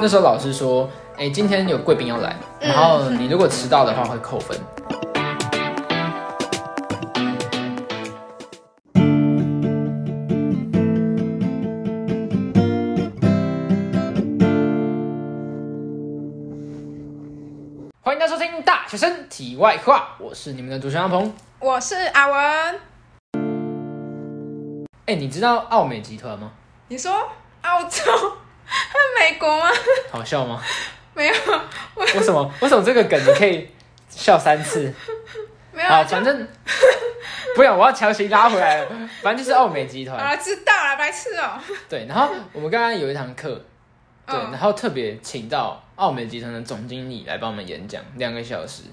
那时候老师说，哎、今天有贵宾要来，然后你如果迟到的话会扣分。欢迎大家收听《大学生题外话》，我是你们的主持人阿鹏。我是阿文，哎、你知道奥美集团吗？你说澳洲和美国吗？ 好笑吗？没有，为什么？为什么这个梗你可以笑三次？没有好，啊，反 正不要，我要强行拉回来了。反正就是奥美集 好团了，啊知道了，白痴哦、对。然后我们刚刚有一堂课，对，嗯然后特别请到奥美集团的总经理来帮我们演讲两个小时。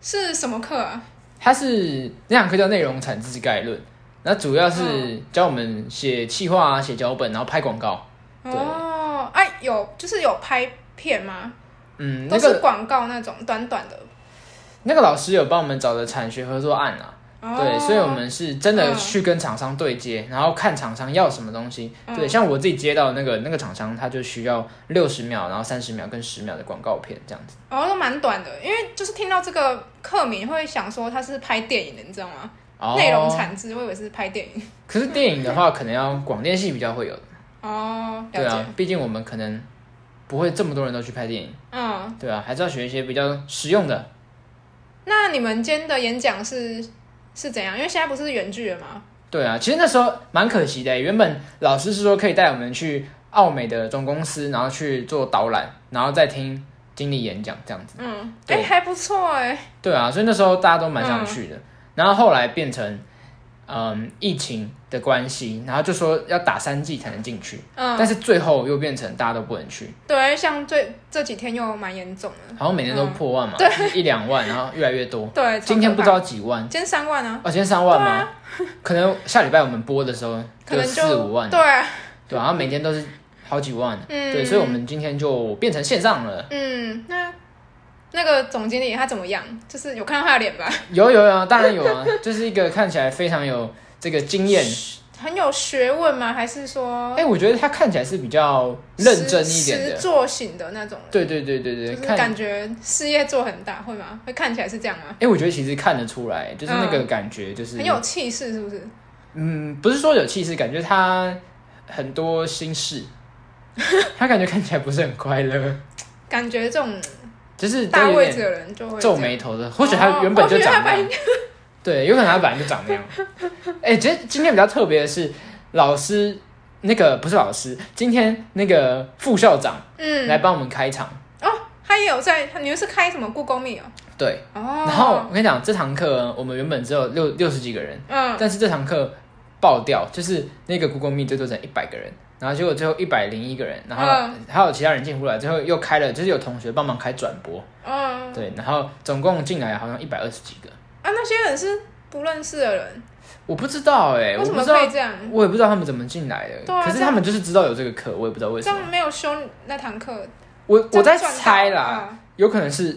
是什么课、啊？他是那堂课叫《内容产制概论》，那主要嗯是教我们写企划啊、写脚本，然后拍广告。对哦，哎、有就是有拍片吗？嗯，那都是个广告那种短短的。那个老师有帮我们找的产学合作案啊，哦、对，所以我们是真的嗯去跟厂商对接，然后看厂商要什么东西。对，嗯像我自己接到那个那个厂商，他就需要六十秒，然后三十秒跟十秒的广告片这样子。哦都蛮短的，因为就是听到这个课名会想说它是拍电影的，你知道吗？哦内容。产值，我以为是拍电影。可是电影的话，可能要广电系比较会有。哦，了对解。啊，毕竟我们可能不会这么多人都去拍电影。嗯，对啊，还是要学一些比较实用的。那你们今天的演讲是是怎样？因为现在不是远距了吗？对啊，其实那时候蛮可惜的。欸原本老师是说可以带我们去奥美的总公司，然后去做导览，然后再听经理演讲这样子。嗯，哎、对还不错哎、对啊，所以那时候大家都蛮想去的。嗯然后后来变成，嗯，疫情的关系，然后就说要打三剂才能进去，嗯，但是最后又变成大家都不能去，对，像最这几天又蛮严重的，好像每天都破万嘛，就是一两万，然后越来越多。嗯对，哦今天不知超可道几万怕，，今天三万啊，哦，今天三万吗？可能下礼拜我们播的时候 可有能四就五万，对，对啊，然后每天都是好几万，嗯，对，所以我们今天就变成线上了。嗯，那那个总经理他怎么样？就是有看到他的脸吧，有有有，当然有啊，就是一个看起来非常有这个经验，很有学问吗？还是说哎、我觉得他看起来是比较认真一点实的实。作型的那种人？对对对对对，就是看，哎感、觉事业做很大，会吗？会看起来是这样吗？哎我觉得其实看得出来，就是那个感觉，就是嗯很有气势，是不是？嗯，不是说有气势，感觉他很多心 事，他感觉看起来不是很快乐，感觉这种就是都大有位置哦点的人就皱会这样眉头的，或许他原本就长那样，对，有可能他本来就长那样。哎、其实今天比较特别的是，老师那个不是老师，今天那个副校长嗯，来帮我们开场，哦，他也有在，你们是开什么故宫密哦？对。哦，然后我跟你讲，这堂课我们原本只有六六十几个人，嗯，但是这堂课爆掉，就是那个 Google Meet 最多只能一百个人，然后结果最后一百零一个人，然后嗯还有其他人进不来，最后又开了，就是有同学帮忙开转播，嗯，对，然后总共进来好像一百二十几个，啊，那些人是不认识的人，我不知道哎、为我什不么知道可，以这样？我也不知道他们怎么进来的，对啊可是他们就是知道有这个课，我也不知道为这什么，样没有修那堂课，我这我样在赚到猜啦，啊有可能是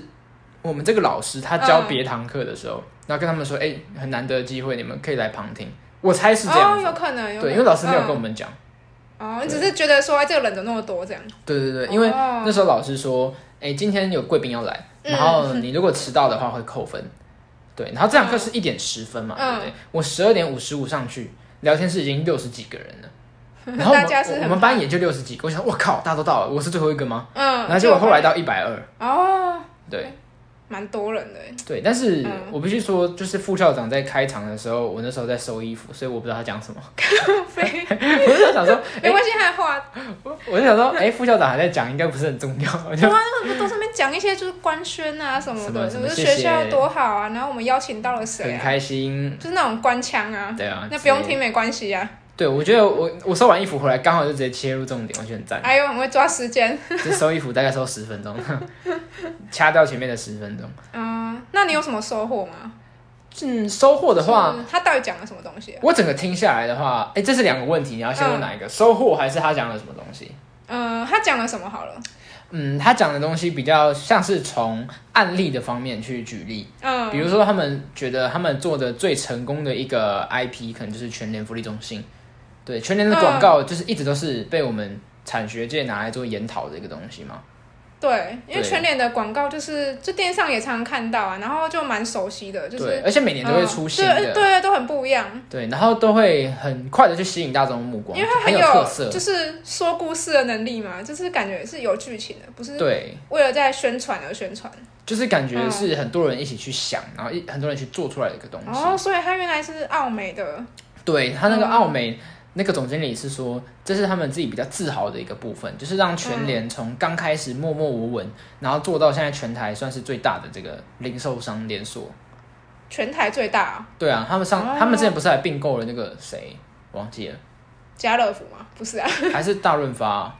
我们这个老师他教嗯别堂课的时候，然后跟他们说，哎、很难得的机会，你们可以来旁听，我猜是这样哦，子，有可能，有可对，能因为老师没有跟我们讲。嗯哦，你只是觉得说哎这个人怎么那么多这样？对对对，因为哦那时候老师说，哎、今天有贵宾要来，嗯然后你如果迟到的话会扣分。对，然后这堂课是一点十分嘛，嗯对不对？我十二点五十五上去，聊天室已经六十几个人了，然后我大们家是我很我们班也就六十几个，我想我靠，大家都到了，我是最后一个吗？嗯，然后结果后来到一百二，哦，对蛮多人 的欸，对，但是嗯我必须说，就是副校长在开场的时候，我那时候在收衣服，所以我不知道他讲什么，非我就想 说，没关系，还画，我我就想说，哎，副校长还在讲，应该不是很重要，我就他们都上面讲一些就是官宣啊什么什么的，哎什就么是谢学校谢多好啊，然后我们邀请到了谁很啊，开心，就是那种官腔啊，对啊，那不用之类的听没关系啊，对，我觉得我我收完衣服回来，刚好就直接切入重点，我觉得 很赞。哎呦，很会抓时间。就收衣服大概收十分钟， 掐掉前面的十分钟。嗯，那你有什么收获吗？嗯，收获的话，就是他嗯到底讲了什么东西、啊？我整个听下来的话，哎，这是两个问题，你要先问哪一个？收获还是他讲了什么东西？嗯，他讲了什么好了？嗯，他讲的东西比较像是从案例的方面去举例，嗯，比如说他们觉得他们做的最成功的一个 IP，可能就是全联福利中心。对，全联的广告就是一直都是被我们产学界拿来做研讨的一个东西吗？对，因为对全脸的广告就是就电视上也常常看到啊，然后就蛮熟悉的，就是对，而且每年都会嗯出新对的，对，都很不一样，对，然后都会很快的去吸引大众的目光，因为它很有特色，就是说故事的能力嘛，就是感觉是有剧情的，不是对，为了在宣传而宣传。就是感嗯觉是很多人一起去想，然后一很多人去做出来的一个东西。哦，所以它原来是奥美的，对他那个嗯奥美、那个总经理是说，这是他们自己比较自豪的一个部分，就是让全联从刚开始默默无闻，然后做到现在全台算是最大的这个零售商连锁。全台最大啊、对啊，他们上、哦他们之前不是还并购了那个谁，我忘 记了，家乐福嘛，不是啊，还是大润发啊、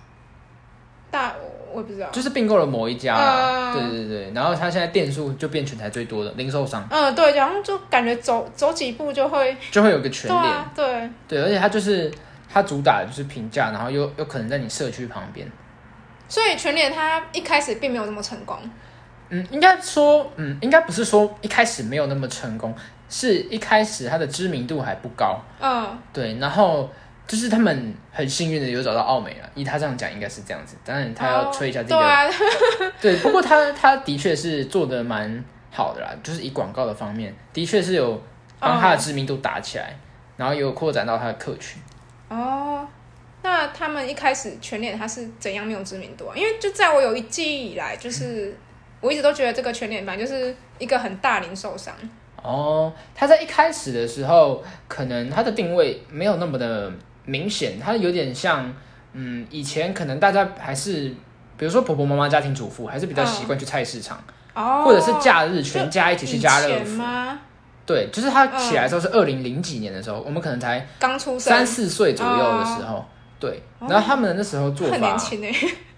大我也不知道。就是并购了某一家啊啦。嗯对对对，然后他现在店数就变全台最多的零售商，嗯，对，然后就感觉走走几步就会，就会有个全对联。啊，对，对，而且它就是它主打的就是平价，然后又又可能在你社区旁边。所以全联它一开始并没有那么成功，嗯，应该说，嗯，应该不是说一开始没有那么成功，是一开始它的知名度还不高。嗯，对，然后就是他们很幸运的有找到奥美了，依他这样讲应该是这样子。当然他要吹一下自己哦的，对啊， 对，不过他他的确是做的蛮好的啦，就是以广告的方面，的确是有帮他的知名度打起来，然后有扩展到他的客群。哦，那他们一开始全脸它是怎样没有知名度啊？因为就在我有一记忆以来，就是我一直都觉得这个全脸版就是一个很大零售商，哦，它在一开始的时候，可能它的定位没有那么的明显，它有点像，嗯，以前可能大家还是，比如说婆婆妈妈家庭主妇，还是比较嗯习惯去菜市场，哦，或者是假日全家一起去以家乐前福。吗？对，就是它起来的时候是二零零几年的时候，我们可能才刚出生，三四岁左右的时候，对。哦然后他们那时候做很法年，轻哎，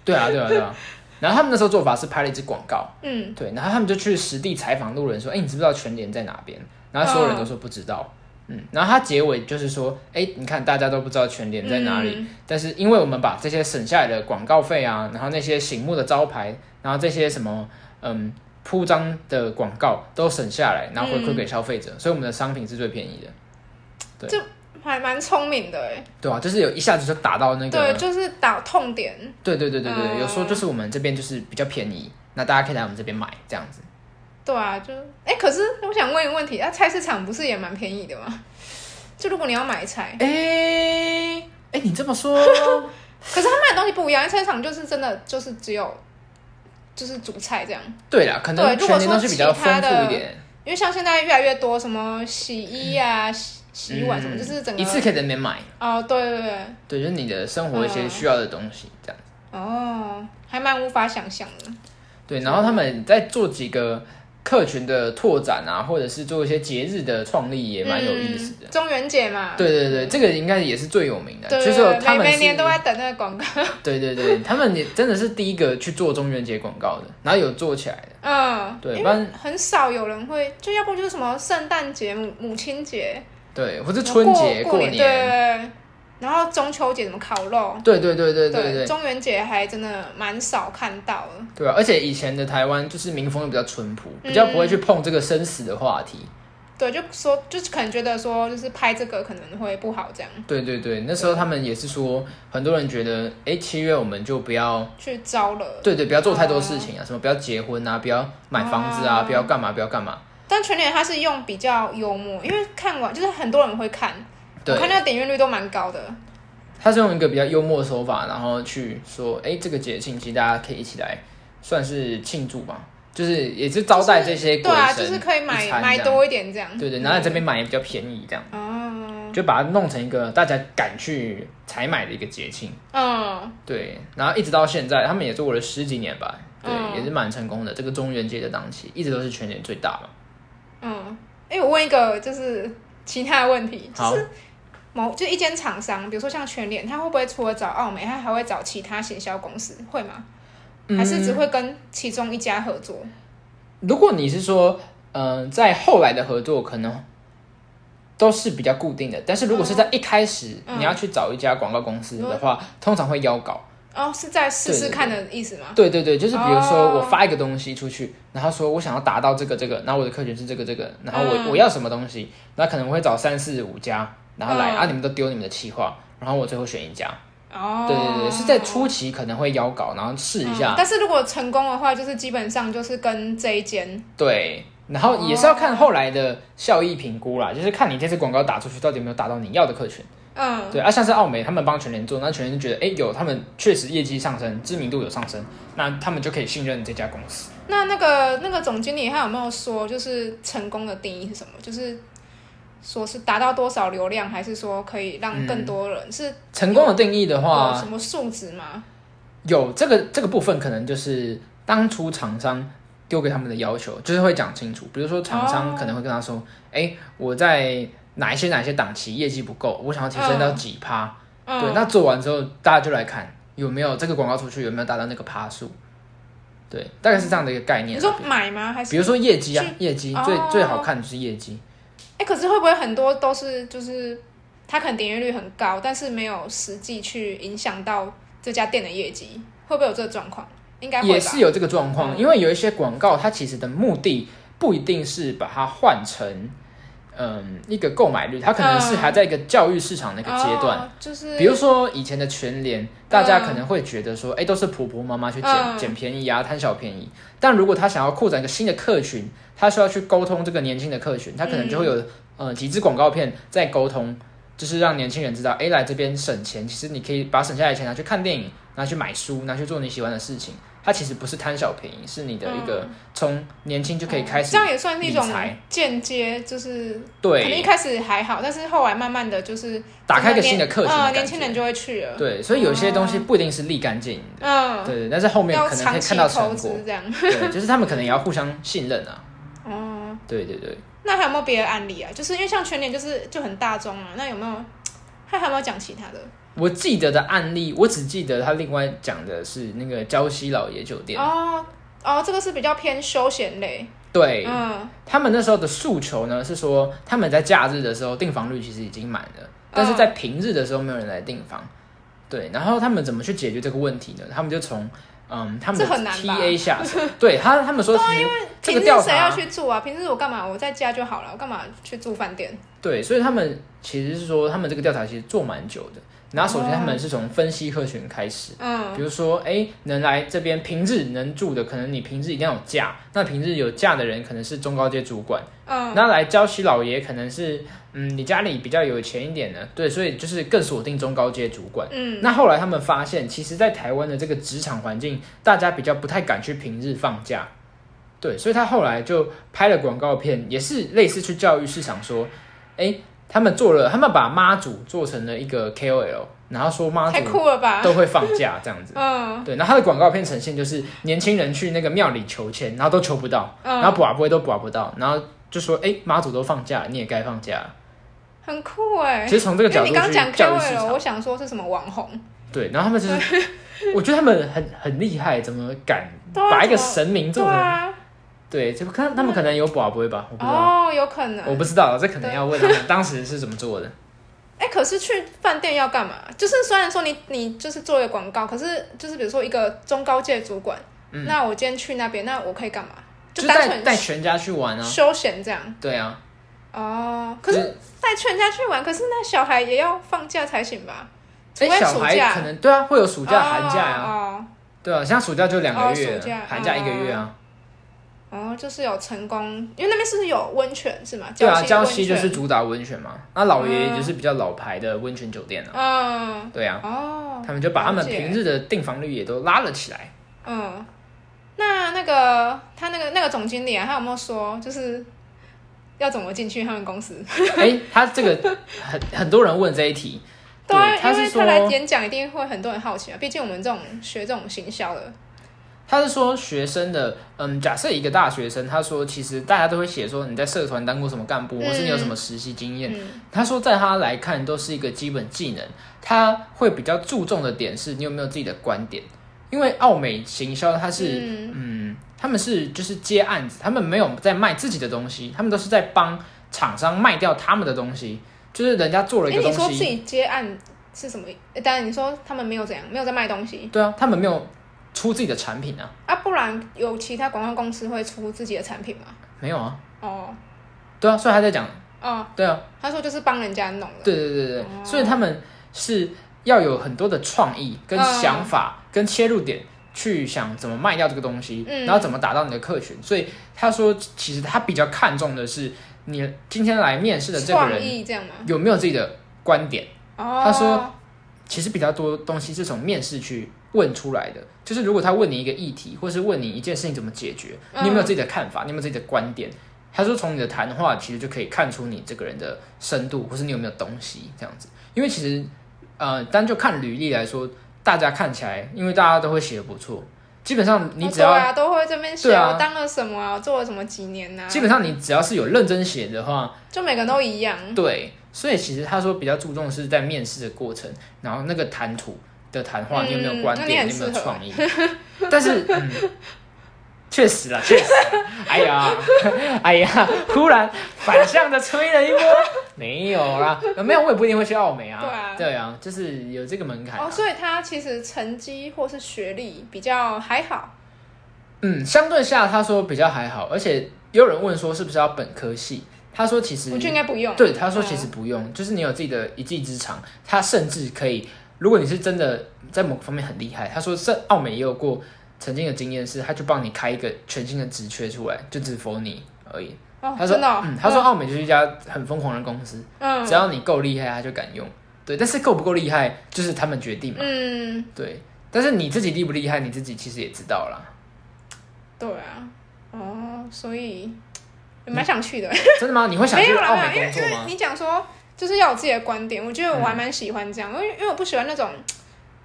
对啊，对啊，对啊。然后他们那时候做法是拍了一支广告，嗯，对，然后他们就去实地采访路人说：“哎、你知不知道全联在哪边？”然后所有人都说不知道。嗯，然后他结尾就是说：“哎、你看大家都不知道全联在哪里，嗯但是因为我们把这些省下来的广告费啊，然后那些醒目的招牌，然后这些什么嗯铺张的广告都省下来，然后回嗯馈给消费者，所以我们的商品是最便宜的。还蛮聪明的哎，”对啊，就是有一下子就打到那对，个，就是打痛点，对对对对对，嗯有时候就是我们这边就是比较便宜，那大家可以来我们这边买这样子。对啊，就哎、可是我想问一个问题，那、啊菜市场不是也蛮便宜的吗？就如果你要买菜，哎、哎、你这么 说可是他卖的东西不一样，菜市场就是真的就是只有就是主菜这样，对啦，可对能如全果年说东西比较其丰他富一的点，因为像现在越来越多什么洗衣啊、洗洗碗什么，嗯就是整个一次可以在那边买，哦，对对对，对，就是你的生活一些嗯需要的东西这样。哦，还蛮无法想象的，对，然后他们在做几个客群的拓展啊，或者是做一些节日的创立，也蛮有意思的。嗯中元节嘛，对对对，这个应该也是最有名的，对就对是对，他每们每是，年都在等那个广告，对对对，他们也真的是第一个去做中元节广告的，然后有做起来的。嗯，对因不然为很少有人会，就要不就是什么圣诞节、母母亲节、对，或是春节、哦过过年，对对对，然后中秋节什么烤肉，对对对对对对中元节还真的蛮少看到的。对啊，而且以前的台湾就是民风又比较淳朴，比嗯较不会去碰这个生死的话题。对，就说就是可能觉得说，就是拍这个可能会不好，这样对对对，那时候他们也是说，很多人觉得，哎，七月我们就不要，去招了。对对，不要做太多事情啊，什么不要结婚啊，不要买房子啊，哦不要干嘛，不要干嘛。但全脸他是用比较幽默，因为看完就是很多人会看，对我，看那个点阅率都蛮高的。他是用一个比较幽默的手法，然后去说，哎，这个节庆其实大家可以一起来，算是庆祝吧，就是也是招待这些鬼对啊，神，就是可以一买餐买这样，多一点这样。对对，然后在这边买也比较便宜，这样嗯哦，就把它弄成一个大家敢去采买的一个节庆。嗯，对，然后一直到现在，他们也做了十几年吧，对，嗯也是蛮成功的。这个中元节的档期一直都是全年最大嘛。嗯，哎、我问一个就是其他的问题，就好，是某就一间厂商，比如说像全脸，他会不会除了找奥美，他还会找其他行销公司，会吗？嗯还是只会跟其中一家合作？如果你是说，嗯、在后来的合作可能都是比较固定的，但是如果是在一开始、嗯你要去找一家广告公司的话，通常会邀稿。哦，是在试对试对看的意思吗？对对对，就是比如说哦我发一个东西出去，然后说我想要达到这个这个，然后我的客群是这个这个，然后我、嗯我要什么东西，那可能会找三四五家，然后来、嗯啊，你们都丢你们的企划，然后我最后选一家。哦，对对对，是在初期可能会邀稿，然后试一嗯下，但是如果成功的话，就是基本上就是跟这一间对，然后也是要看后来的效益评估啦，就是看你这次广告打出去到底有没有打到你要的客群。嗯对，啊，像是奥美他们帮全联做，那全联就觉得，哎，有他们确实业绩上升，知名度有上升，那他们就可以信任这家公司。那那个那个总经理他有没有说，就是成功的定义是什么？就是说是达到多少流量，还是说可以让更多人、是成功的定义的话，有什么数值吗？有这个这个部分，可能就是当初厂商丢给他们的要求，就是会讲清楚。比如说，厂商哦可能会跟他说：“哎、我在哪一些哪一些档期业绩不够，我想要提升到几趴。嗯，对，那做完之后，大家就来看有没有这个广告出去有没有达到那个趴数。对，大概是这样的一个概念你。说买吗？还是比如说业绩啊是，业绩哦最、最好看的就是业绩。哎、可是会不会很多都是就是他可能点阅率很高，但是没有实际去影响到这家店的业绩，会不会有这个状况？应该会吧。也是有这个状况，嗯因为有一些广告，它其实的目的不一定是把它换成，嗯，一个购买率，它可能是嗯还在一个教育市场的一个阶段。哦、就是比如说以前的全联，大家可能会觉得说，哎、都是婆婆妈妈去捡、嗯捡便宜啊，贪小便宜。但如果他想要扩展一个新的客群，他需要去沟通这个年轻的客群，他可能就会有、嗯呃几支广告片在沟通，就是让年轻人知道，哎、来这边省钱，其实你可以把省下来的钱拿去看电影，拿去买书，拿去做你喜欢的事情。它其实不是贪小便宜，是你的一个从年轻就可以开始嗯哦这样也算是一种理财间接，就是可能对一开始还好，但是后来慢慢的就是打开一个新的客群的呃，感觉年轻人就哦会去了，对，所以有些东西不一定是立竿见影的，嗯，对对，但是后面要可能可长以期看到成投果。资这样。对， 就是他们可能也要互相信任啊。哦，对对对，那还有没有别的案例啊？就是因为像全年就是就很大众啊，那有没有？他还有没有讲其他的？我记得的案例，我只记得他另外讲的是那个礁溪老爷酒店，哦哦，这个是比较偏休闲类，对、嗯，他们那时候的诉求呢是说，他们在假日的时候订房率其实已经满了，但是嗯在平日的时候没有人来订房。对，然后他们怎么去解决这个问题呢？他们就从嗯他们的这很难吧啊 TA 下手，对他他们说其实这个平日调谁查要去住啊？平日我干嘛？我在家就好了，我干嘛去住饭店？对，所以他们其实是说他们这个调查其实做蛮久的，然后首先他们是从分析客群开始。哦嗯比如说，哎，能来这边平日能住的，可能你平日一定要有假，那平日有假的人可能是中高阶主管，嗯，那来礁溪老爷可能是，嗯，你家里比较有钱一点的，对，所以就是更锁定中高阶主管。嗯，那后来他们发现，其实，在台湾的这个职场环境，大家比较不太敢去平日放假，对，所以他后来就拍了广告片，也是类似去教育市场说，哎，他们做了，他们把妈祖做成了一个 KOL，然后说妈太祖酷了吧？都会放假这样 子。嗯对，然后他的广告片呈现就是年轻人去那个庙里求签，然后都求不到，然后嗯，卜啊卜都卜不到，然后就说哎，妈祖都放假，你也该放假。很酷哎、其实从这个因角为度你刚去讲教育市 KOL，场我，想说是什么网红，对，然后他们就是， 我觉得他们很很厉害，怎么敢对啊把一个怎么神明对做成？啊，对，就看他们可能有卜啊卜吧，我不知道，哦，有可能。我不知道，这可能要问他们当时是怎么 做的。哎、可是去饭店要干嘛？就是虽然说你你就是做一个广告，可是就是比如说一个中高阶主管，那我今天去那边，那我可以干嘛？嗯就单带带纯全家去玩啊，休闲这样。对啊，哦，可就是带全家去玩，可是那小孩也要放假才行吧？除哎、非小暑孩假，可能对啊，会有暑假、寒假啊，哦对啊，像暑假就两哦个月暑假了，寒假一个月啊。哦哦，就是有成功，因为那边是不是有温泉嗯是吗？对啊，礁礁溪溪就的温是泉主打温泉嘛，那老爷爷就是比较老牌的温泉酒店啊。嗯对啊，哦他们就把他们了解平日的订房率也都拉了起来。嗯，那那个他那个那个总经理啊，他有没有说就是要怎么进去他们公司？ 哎、他这个很很多人问这一题，对啊，他因是为说他来演讲一定会很多人好奇啊，毕竟我们这种学这种行销的，他是说学生的，嗯，假设一个大学生，他说其实大家都会写说你在社团当过什么干部，嗯或是你有什么实习经验。嗯他说在他来看都是一个基本技能，他会比较注重的点是你有没有自己的观点，因为奥美行销它是。嗯嗯，他们是就是接案子，他们没有在卖自己的东西，他们都是在帮厂商卖掉他们的东西，就是人家做了哎、一个你东说自西，己接案是什么意？诶当然你说他们没有怎样，没有在卖东西对啊，他们没有出自己的产品啊，啊，不然有其他广告公司会出自己的产品吗？没有啊，哦对啊，所以他在讲，哦，对啊，他说就是帮人家弄的，对对对对，所以他们是要有很多的创意跟想法跟切入点。去想怎么卖掉这个东西，嗯然后怎么打到你的客群，所以他说，其实他比较看重的是你今天来面试的这个创人意这样吗？有没有自己的观点。哦，他说其实比较多东西是从面试去问出来的。就是如果他问你一个议题，或是问你一件事情怎么解决，嗯你有没有自己的看法，你有没有自己的观点？他说从你的谈话其实就可以看出你这个人的深度，或是你有没有东西这样子。因为其实，呃，单就看履历来说，大家看起来，因为大家都会写的不错，基本上你哦只要、对啊，都会这边写对啊我当了什么啊，我做了什么几年呐，基本上你只要是有认真写的话，就每个人都一样。对，所以其实他说比较注重是在面试的过程，然后那个谈吐的谈话，你有没有观嗯那你点，很你有没有适合创意？但是，嗯，确实啦，确实啦，哎呀， 哎呀，突然反向的吹了一波，没有啦，呃没有，我也不一定会去澳美啊，对啊就是有这个门槛、啊哦，所以他其实成绩或是学历比较还好，嗯，相对下他说比较还好，而且也有人问说是不是要本科系，他说其实我觉得应该不用。嗯对，他说嗯其实不用，就是你有自己的一技之长，他甚至可以，如果你是真的在某个方面很厉害，他说是奥美也有过曾经的经验是，他就帮你开一个全新的职缺出来，就只否你而已。哦，他说，真的哦，嗯，他说奥美就是一家很疯狂的公司，嗯，只要你够厉害，他就敢用。对，但是够不够厉害就是他们决定嘛。嗯，对，但是你自己厉不厉害，你自己其实也知道 啦。对啊，哦，所以也蛮想去的。真的吗？你会想没去有奥啦，美没有工因作为因为吗？你讲说就是要有自己的观点，我觉得我还蛮喜欢这样，因为因为我不喜欢那种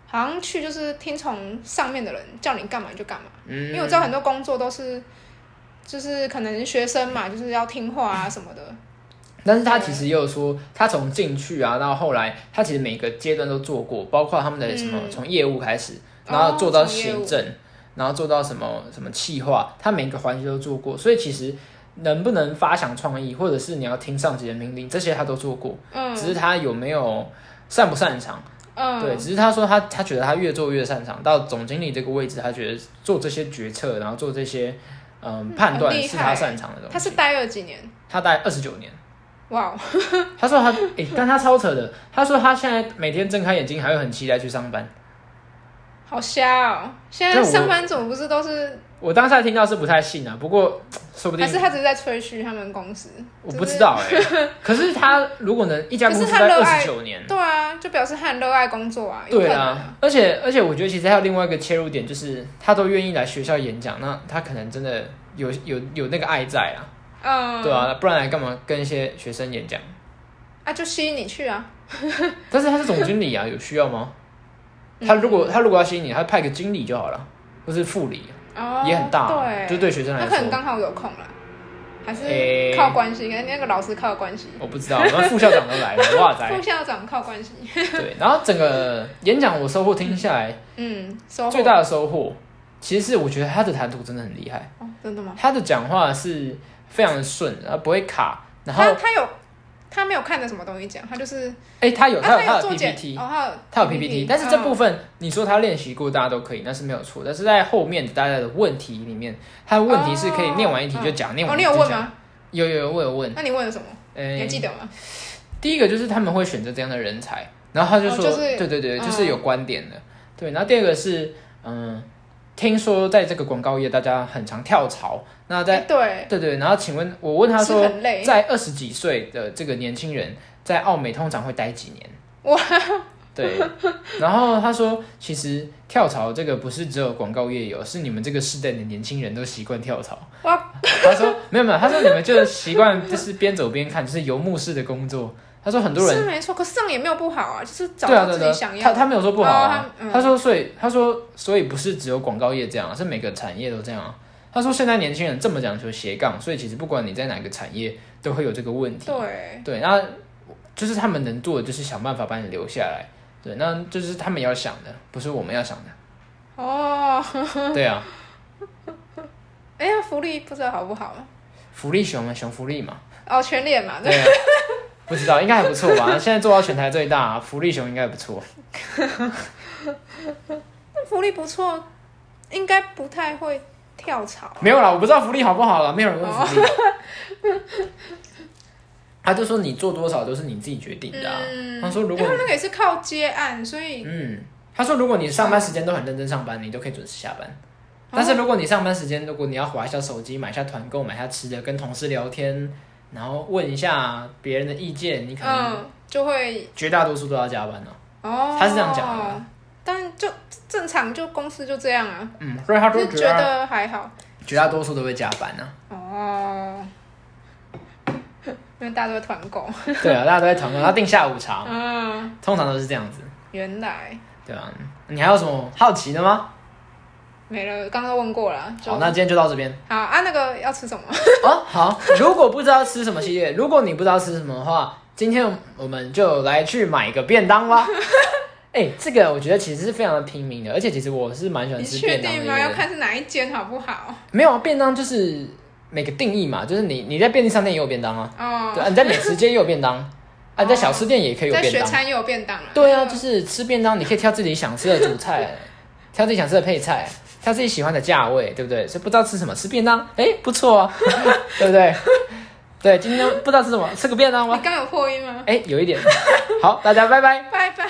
好像去就是听从上面的人叫你干嘛你就干嘛，因嗯为我知道很多工作都是就是可能学生嘛，就是要听话啊什么的。但是他其实也有说，他从进去啊，到后来，他其实每个阶段都做过，包括他们的什么嗯从业务开始，哦然后做到从业行务政，然后做到什么什么企划，他每个环节都做过。所以其实能不能发想创意，或者是你要听上级的命令，这些他都做过，只嗯是他有没有擅不擅长？嗯，对，只是他说他他觉得他越做越擅长，到总经理这个位置，他觉得做这些决策，然后做这些嗯判断很厉是他害擅长的东西。他是待了几年？他大概二十九年。哇哦，他说他，诶，但他超扯的。他说他现在每天睁开眼睛还会很期待去上班。好瞎哦！现这在我上班族不是都是，我当下听到是不太信啊，不过说不定还是他只是在吹嘘他们公司？我不知道哎、可是他如果能一家公司可是他待热二爱十九年，对啊，就表示他很热爱工作啊。有对可能啊，，而且而且我觉得其实还有另外一个切入点，就是他都愿意来学校演讲，那他可能真的有有有那个爱在啊，嗯，对啊，不然来干嘛跟一些学生演讲？啊，就吸引你去啊。但是他是总经理啊，有需要吗？他如嗯果他如果要吸引你，他派个经理就好了，或是副理哦，也很大啊、对，就对学生来他说。可能刚好有空啦，还是诶靠关系，跟那个老师靠关系，我不知道，我们副校长都来 了，哇副塞！校长靠关系，对，然后整个演讲我收获听下来，嗯，收获最大的收获其实是我觉得他的谈吐真的很厉害，哦，真的吗？他的讲话是非常的顺，然后不会卡。然后他，他有他没有看着什么东西讲，他就是哎，他有啊他有他他做的简 PPT，哦，他有他有 PPT，但是这部分分你说他练习过，大家都可以，那是没有错。但是在后面大家的问题里面，他的问题是可以念完一题就讲，念哦，完你一题有就问讲。嗯吗？有有有，我有问。那你问了什么？你还哎，记得吗？第一个就是他们会选择这样的人才，然后他就说，哦就是对对对，嗯就是有观点的。对，然后第二个是，嗯，听说在这个广告业大家很常跳槽，那在、哎对，对对，然后请问我问他是说，很累，在二十几岁的这个年轻人，在澳美通常会待几年？哇，对，然后他说，其实跳槽这个不是只有广告业有，是你们这个时代的年轻人都习惯跳槽。哇，他说没有没有，他说你们就习惯就是边走边看，就是游牧式的工作。他说很多人是没错，可是这样也没有不好啊，就是找对啊，到对自对己想要他的。他没有说不好啊，哦他嗯他说所以他说所以不是只有广告业这样啊，是每个产业都这样啊。他说现在年轻人这么讲求斜杠，所以其实不管你在哪个产业都会有这个问题。对，对，那就是他们能做的就是想办法把你留下来。对，那就是他们要想的，不是我们要想的。哦，对啊，哎呀，福利不知道好不好，福利熊啊，熊福利嘛。哦，全脸嘛，对对啊，不知道应该还不错吧？现在做到全台最大、福利熊应该不错。福利不错，应该不太会跳槽。哦没有啦，我不知道福利好不好啦，没有人问福利。他就说你做多少都是你自己决定的、啊。嗯，他说如因为果他们那个也是靠接案，所以嗯，他说如果你上班时间都很认真上班，你都可以准时下班。哦但是如果你上班时间，如果你要划一下手机、买一下团购、买一下吃的、跟同事聊天，然后问一下别人的意见，你可能嗯就会绝大多数都要加班了、哦，他是这样讲的啦，但就正常就公司就这样啊，嗯，所以他就说觉绝大得还好绝大多数都会加班啊呢、哦，因为大家都在团购， 对啊，大家都在团购，然后订下午茶嘛，嗯，通常都是这样子，原来对啊，你还有什么好奇的吗？没了，刚刚都问过了，就好，那今天就到这边。好啊，那个要吃什么？哦，好。如果不知道吃什么系列，如果你不知道吃什么的话，今天我们就来去买个便当 吧。哎、这个我觉得其实是非常的平民的，而且其实我是蛮喜欢你吃确便当的定一吗？个要人。看是哪一间好不好？没有啊便当就是每个定义嘛，就是你你在便利商店也有便当啊，对哦，啊，你在美食街也有便当，啊，你在小吃店也可以有在便学当。餐也有便当啊。对啊，那就个是吃便当，你可以挑自己想吃的主 菜，挑自己想吃的配菜，挑自己喜欢的价位，对不对？所以不知道吃什么，吃便当，哎，不错啊， 对不对？对，今天不知道吃什么，吃个便当吧 你。刚有破音吗？哎，有一点。好，大家拜拜。拜拜。